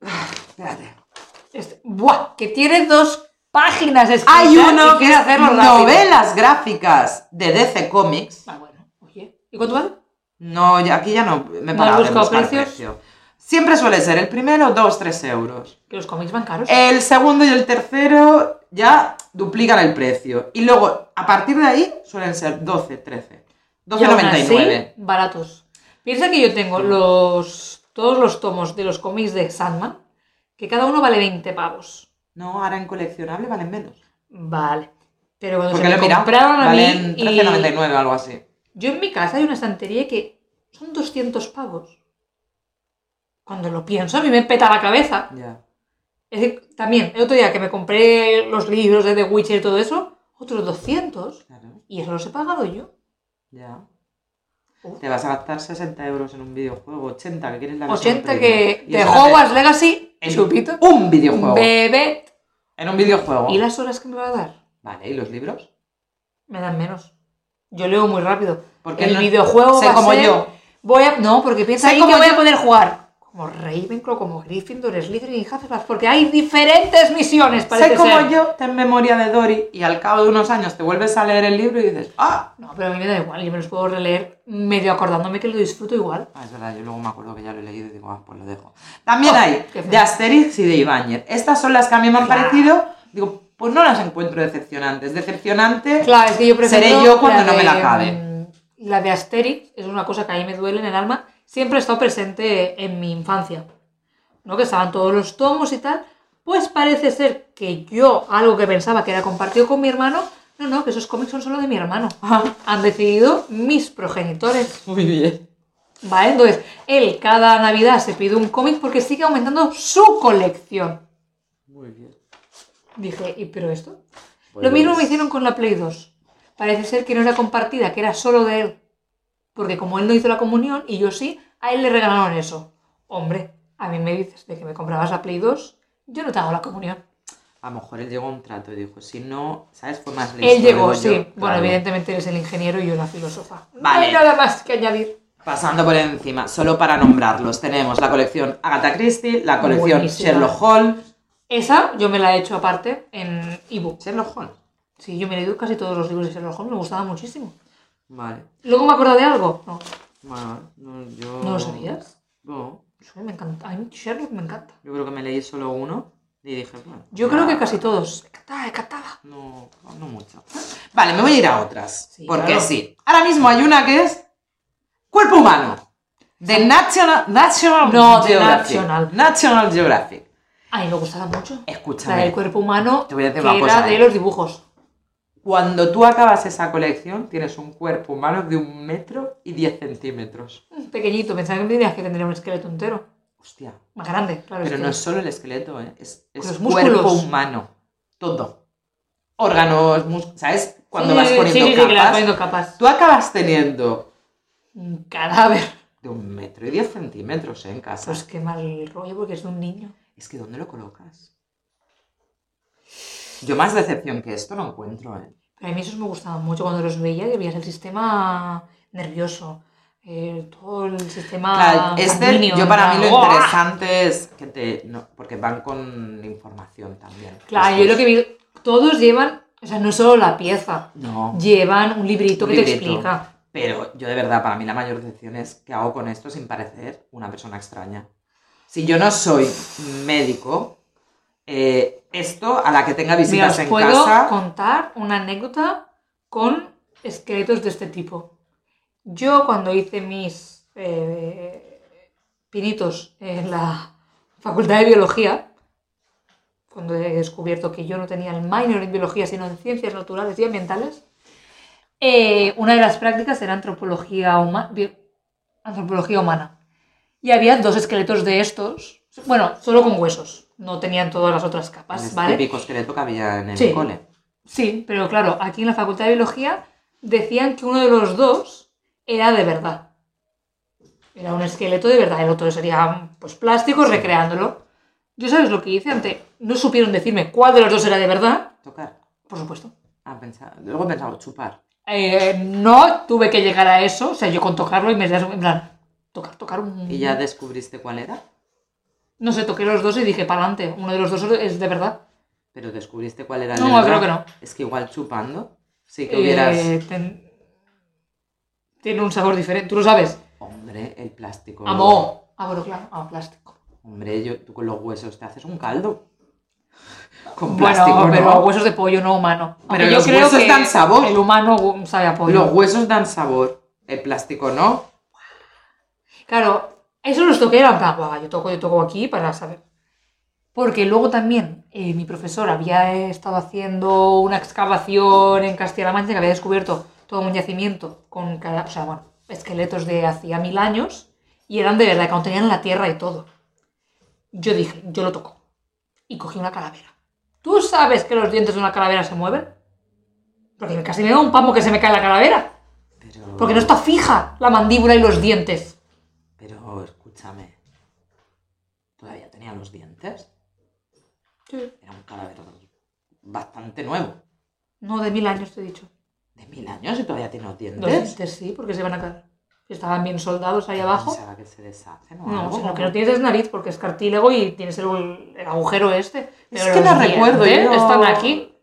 Espérate. Ah, Este- ¡Buah! Que tiene dos páginas escritas Hay uno y que quiere es hacerlo rápido. novelas gráficas de DC Comics. Ah, bueno, oye. ¿Y cuánto vale? No, ya- aquí ya no me he ¿No parado has de buscado buscar precios? precio. Siempre suele ser el primero 2-3 euros. Que los cómics van caros. El segundo y el tercero ya duplican el precio. Y luego, a partir de ahí, suelen ser 12, 13. Y aún así, 12,99. baratos. Piensa que yo tengo los todos los tomos de los cómics de Sandman, que cada uno vale 20 pavos. No, ahora en coleccionable valen menos. Vale. Pero cuando Porque se lo he me mirado, compraron a mí. valen y- 13,99 o algo así. Yo en mi casa hay una estantería que son 200 pavos. Cuando lo pienso, a mí me peta la cabeza. Ya. Es decir, también, el otro día que me compré los libros de The Witcher y todo eso, otros 200. Claro, Y eso los he pagado yo. ya. Uf. Te vas a gastar 60 euros en un videojuego, 80 que quieres la versión 80 premium. que Y de eso hace Hogwarts Legacy, en chupito, Un videojuego. bebé. En un videojuego. ¿Y las horas que me va a dar? Vale, ¿y los libros? Me dan menos. Yo leo muy rápido. Porque El no- videojuego sé va a como ser- yo. Voy a... No, porque piensa Sé ahí que como voy yo. a poder jugar. Como Ravenclaw, como Gryffindor, Slytherin y Hufflepuff. Porque hay diferentes misiones, parece Sé como ser. yo, ten memoria de Dory y al cabo de unos años te vuelves a leer el libro y dices, ¡ah! No, pero a mí me da igual. Yo me los puedo releer medio acordándome que lo disfruto igual. Ah, es verdad, yo luego me acuerdo que ya lo he leído y digo, ah, pues lo dejo. También Oh, hay qué feo. de Asterix y de Ibáñez. Estas son las que a mí me han Claro. parecido, digo, pues no las encuentro decepcionantes. Decepcionante, Claro, es que yo prefiero... Seré yo cuando no me la de, acabe. mm, La de Asterix es una cosa que a mí me duele en el alma. Siempre ha estado presente en mi infancia. ¿No? Que estaban todos los tomos y tal. Pues parece ser que yo, algo que pensaba que era compartido con mi hermano, no, no, que esos cómics son solo de mi hermano. Han decidido mis progenitores. ah, muy bien. ¿Vale? Entonces, él cada Navidad se pide un cómic porque sigue aumentando su colección. Muy bien. Dije, ¿y pero esto? Pues Lo mismo ves. me hicieron con la Play 2. Parece ser que no era compartida, que era solo de él. Porque como él no hizo la comunión y yo sí, a él le regalaron eso. Hombre, a mí me dices de que me comprabas la Play 2, yo no te hago la comunión. A lo mejor él llegó a un trato y dijo, si no, ¿sabes? Fue más listo. él llegó, digo sí. yo, Bueno, claro. evidentemente eres el ingeniero y yo la filósofa. No Vale. hay nada más que añadir. Pasando por encima, solo para nombrarlos, tenemos la colección Agatha Christie, la colección Buenísima. Sherlock Holmes. Esa yo me la he hecho aparte en ebook. Sherlock Holmes. Sí, yo me he leído casi todos los libros de Sherlock Holmes, me gustaba muchísimo. Vale. ¿Luego me acuerdo de algo? No, Bueno, no, yo... ¿no lo sabías? No, Sí, me encanta. A mí Sherlock me encanta. yo creo que me leí solo uno y dije, bueno. Yo ya, creo que casi todos. Cataba, cataba. No, no mucho. Vale, me voy a ir a otras. Sí, porque claro. sí. Ahora mismo hay una que es Cuerpo Humano. De National, National No, de Geographic. National. National Geographic. A mí me gustaba mucho. La Escúchame. del cuerpo humano, Te voy a decir que una era cosa, de eh. los dibujos. Cuando tú acabas esa colección, tienes un cuerpo humano de un metro y diez centímetros. Mm, Pequeñito, pensaba que me dirías que tendría un esqueleto entero. Hostia. Más grande, claro. Pero es no que- es solo el esqueleto, ¿eh? es, es Los músculos. cuerpo humano. Todo. Órganos, músculos. ¿Sabes? Cuando Sí, vas sí, poniendo sí, sí, que le vas capas. poniendo capas. Tú acabas teniendo Un cadáver. de un metro y diez centímetros ¿eh? en casa. Pues qué mal rollo porque es de un niño. Es que ¿dónde lo colocas? Yo más decepción que esto no encuentro, ¿eh? Pero a mí esos me gustaban mucho cuando los veía, que veías el sistema nervioso, eh, todo el sistema. Claro, este, sanguíneo, yo para en mí lo plan, Ah, ¡guau! interesante es que te... no, porque van con información también. Claro, yo lo que vi. Todos llevan. O sea, no es solo la pieza. No, Llevan un librito Un que te librito. explica. pero yo de verdad, para mí la mayor decepción es que hago con esto sin parecer una persona extraña. Si yo no soy médico, eh, esto a la que tenga Mira, visitas os en puedo casa... contar una anécdota con esqueletos de este tipo. Yo cuando hice mis eh, pinitos en la Facultad de Biología, cuando he descubierto que yo no tenía el minor en biología, sino en ciencias naturales y ambientales, eh, una de las prácticas era antropología, huma- bio- antropología humana. Y había dos esqueletos de estos, bueno, solo con huesos, no tenían todas las otras capas, El ¿vale? típico esqueleto que había en el Sí. cole. Sí, pero claro, aquí en la Facultad de Biología decían que uno de los dos era de verdad. Era un esqueleto de verdad, el otro sería pues plástico recreándolo. Yo sabes lo que hice ante, no supieron decirme cuál de los dos era de verdad, Tocar. por supuesto. Ah, pensaba- luego he pensado, chupar. Eh, no tuve que llegar a eso, o sea, yo con tocarlo y me das en plan tocar, tocar un ¿Y ya descubriste cuál era? no sé, toqué los dos y dije, para adelante, uno de los dos es de verdad. pero descubriste cuál era el No, del creo rock. que no. Es que igual chupando, sí que Eh, hubieras... ten- Tiene un sabor diferente, tú lo sabes. Hombre, el plástico. Amo. Ah, bueno, claro, ah, plástico. Hombre, yo, tú con los huesos te haces un caldo. Con plástico, Bueno, pero ¿no? huesos de pollo, no humano. Pero Aunque yo los creo huesos que dan sabor. El humano hu- sabe a pollo. Los huesos dan sabor, el plástico no. Claro, eso los toqué, era en plan, "Buah, yo toco, yo toco aquí para saber. Porque luego también eh, mi profesora había estado haciendo una excavación en Castilla-La Mancha que había descubierto todo un yacimiento con cara- o sea, bueno, esqueletos de hacía mil años y eran de verdad, que aún tenían la tierra y todo. Yo dije, yo lo toco. Y cogí una calavera. ¿Tú sabes que los dientes de una calavera se mueven? Porque casi me da un pamo que se me cae la calavera. Pero, Porque no está fija la mandíbula y los dientes. Pero escúchame. Todavía tenía los dientes. Era un cadáver bastante nuevo. No, de mil años te he dicho. De mil años y todavía tiene los Los dientes. dientes sí, porque se van a caer. Estaban bien soldados Ah, ahí abajo. Pensaba que se deshacen o No, algo. sino que no tienes nariz porque es cartílago y tienes el, el agujero este. Es Pero que los la recuerdo dientes yo. Están aquí.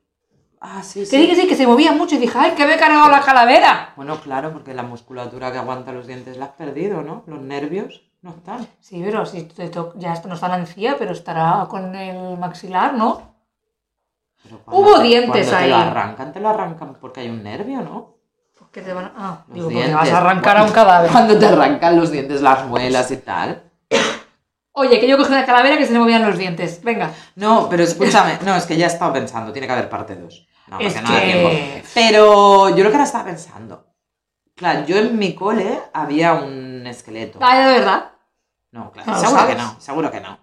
Ah, sí, Que sí, que sí. sí, que se movía mucho y dije, ¡ay, que me he cargado la calavera! Bueno, claro, porque la musculatura que aguanta los dientes la has perdido, ¿no? Los nervios no están. Sí, pero si te to- ya esto no está la encía, pero estará con el maxilar, ¿no? Pero cuando Hubo te- dientes cuando ahí. Te lo arrancan, te lo arrancan porque hay un nervio, ¿no? Porque te van a... Ah, Los digo, porque dientes. vas a arrancar a un cadáver. Cuando te arrancan los dientes, las muelas y tal. Oye, que yo cogí una calavera que se le movían los dientes. Venga. No, pero escúchame, no, es que ya he estado pensando, tiene que haber parte 2. No, Es porque no da que- tiempo. Pero yo lo que ahora estaba pensando. Claro, yo en mi cole había un esqueleto. Ah, de verdad. No, claro, Claro, seguro ¿sabes? que no, seguro que no.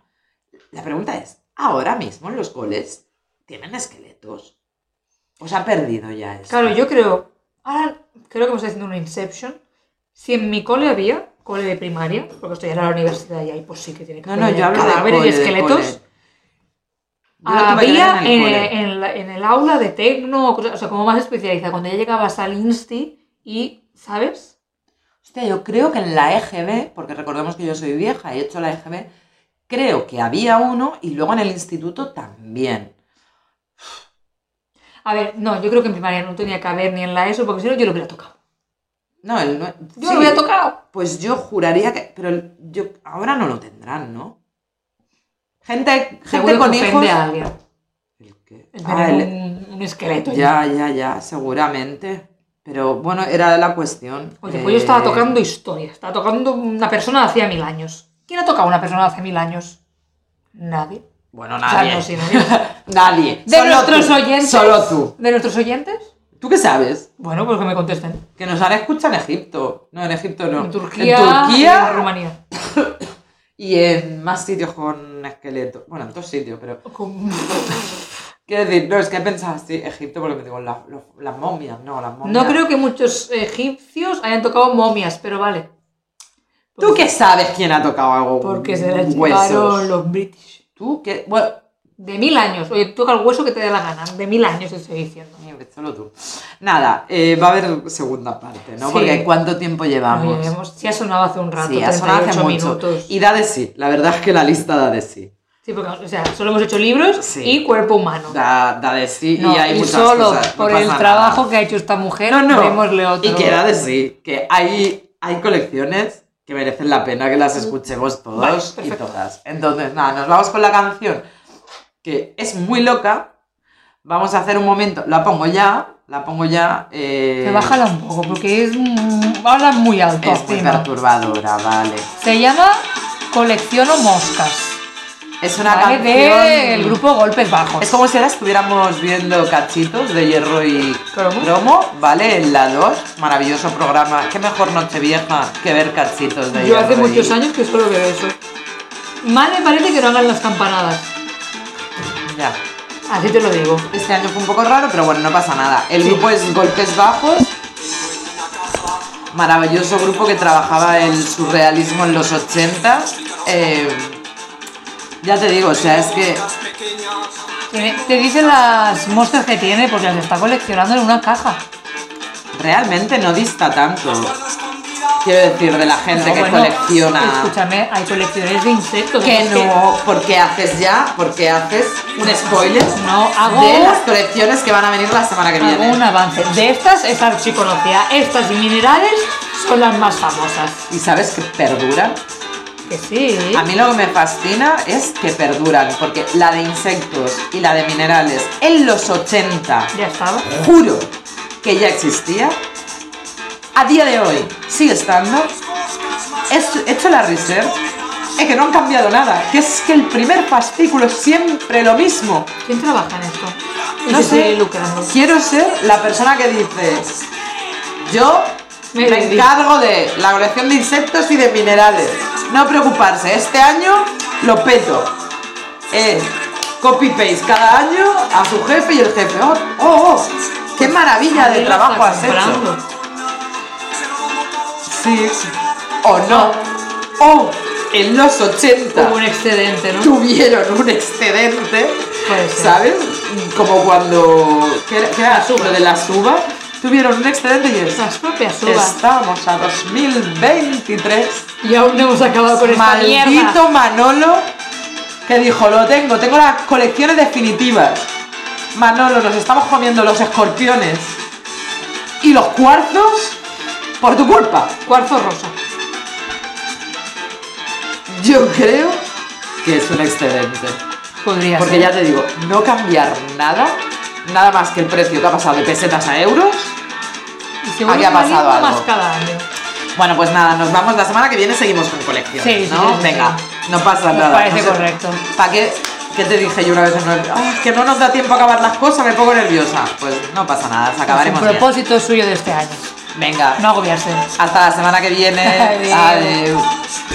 La pregunta es, ¿ahora mismo en los coles tienen esqueletos? Os ha perdido ya eso. Claro, yo creo, ahora creo que me está haciendo una Inception. Si en mi cole había, cole de primaria, porque estoy ahora en la universidad y ahí pues sí que tiene que No, no, haber yo hablo de cadáveres cole, y de esqueletos. cole. Yo lo tuve que ver Había en, en el cole. en la- en el aula de tecno, o cosas- o sea, como más especializada, cuando ya llegabas al insti y, ¿sabes? Hostia, yo creo que en la EGB, porque recordemos que yo soy vieja, he hecho la EGB, creo que había uno y luego en el instituto también. A ver, no, yo creo que en primaria no tenía que haber ni en la ESO, porque si no yo lo hubiera tocado. No, el nue- Yo sí, lo hubiera tocado. Pues yo juraría que. Pero el- yo ahora no lo tendrán, ¿no? Gente, gente Seguro con que hijos. ofende a alguien. ¿El qué? el Ah, tener el- un, un esqueleto. Ya, ya, ya, seguramente. Pero bueno, era la cuestión. Oye, pues yo estaba Eh, tocando historia, estaba tocando una persona de hacía mil años. ¿Quién ha tocado una persona de hace mil años? Nadie. Bueno, O sea, nadie. no, sí, nadie. *laughs* Nadie. De Solo nuestros tú. oyentes. Solo tú. ¿De nuestros oyentes? ¿Tú qué sabes? Bueno, pues que me contesten. Que nos han escuchado en Egipto. No, en Egipto no. En Turquía, En Turquía y en Rumanía. y en más sitios con esqueletos. Bueno, en todos sitios, pero. *laughs* Con- Quiero decir, no, es que he pensado así, Egipto, porque me digo, las, los- las momias, no, las momias. No creo que muchos egipcios hayan tocado momias, pero vale. ¿Tú qué sabes quién ha tocado algo? Porque se las huesos. llevaron los british. ¿Tú qué? Bueno, De mil años. Oye, toca el hueso que te dé la gana. De mil años, te estoy diciendo. solo tú. Nada, eh, va a haber segunda parte, ¿no? Sí. Porque ¿cuánto tiempo llevamos? Oye, hemos- sí ha sonado hace un rato, sí, ha sonado hace 38 mucho. minutos. Y da de sí, la verdad es que la lista da de sí. Sí, porque o sea, solo hemos hecho libros Sí. y cuerpo humano. Da, da de sí No, y hay muchas solo cosas, no por pasa el nada. trabajo que ha hecho esta mujer, No, no. démosle otro. Y que da de sí, que hay, hay colecciones que merecen la pena que las escuchemos todos Vale, y perfecto. todas. Entonces, nada, nos vamos con la canción, que es muy loca. Vamos a hacer un momento, la pongo ya, la pongo ya. eh, Te bájala un poco porque es mm, habla muy alto. Es muy encima. perturbadora, vale. Se llama Colecciono Moscas. Es una ¿vale? canción... Del grupo Golpes Bajos. Es como si ahora estuviéramos viendo cachitos de hierro y Cromo. cromo, ¿vale? En la 2, maravilloso programa. Qué mejor noche vieja que ver cachitos de Yo hierro. hace y- muchos años que solo veo eso. Mal me parece que no hagan las campanadas. Ya. Así te lo digo. Este año fue un poco raro, pero bueno, no pasa nada. El Sí. grupo es Golpes Bajos. Maravilloso grupo que trabajaba el surrealismo en los 80. Eh, ya te digo, o sea, es que Tiene- Te dice las moscas que tiene porque las está coleccionando en una caja. realmente no dista tanto. Quiero decir, de la gente No, que bueno, colecciona. Escúchame, hay colecciones de insectos. Que es no, porque haces ya, porque haces un spoiler No, hago de un- las colecciones que van a venir la semana que Hago viene. un avance. De estas, estas sí conocía. Estas y minerales son las más famosas. Y sabes que perduran. Que sí. A mí lo que me fascina es que perduran, porque la de insectos y la de minerales en los 80, Ya estaba. juro que ya existía, a día de hoy sigue estando. He hecho la research, es que no han cambiado nada, que es que el primer fascículo es siempre lo mismo. ¿Quién trabaja en esto? Y No se sigue sé, lucrando. quiero ser la persona que dice, yo Me me, rendí". encargo de la colección de insectos y de minerales. No preocuparse, este año lo peto. Eh, copy-paste cada año a su jefe y el jefe, oh, oh, oh, qué maravilla de Nadie lo trabajo está has hecho. comprando. Sí, o no. O en los 80 Hubo un excedente, ¿no? tuvieron un excedente, Puede ser. ¿sabes? Como cuando... ¿Qué era? qué era? Lo de las uvas. Tuvieron un excedente y es... Las propias uvas. Estamos a 2023. Y aún no hemos acabado con esta mierda. Maldito Manolo que dijo, lo tengo, tengo las colecciones definitivas. Manolo, nos estamos comiendo los escorpiones y los cuarzos por tu culpa. Cuarzo rosa. Yo creo que es un excedente. Podría Porque ser. ya te digo, no cambiar nada, nada más que el precio que ha pasado de pesetas a euros. Y seguro había que valía pasado uno más algo. cada año. Bueno, pues nada, nos vamos la semana que viene, seguimos con colecciones, Sí, sí, ¿no? sí, sí. Venga, no pasa Nos nada. parece no sé- correcto. ¿Para qué? ¿Qué te dije yo una vez en una- "Ah, que no nos da tiempo a acabar las cosas, me pongo nerviosa. Pues no pasa nada, se Es un acabaremos bien. propósito suyo de este año. Venga, No agobiarse. *laughs* hasta la semana que viene. Adiós. Adiós.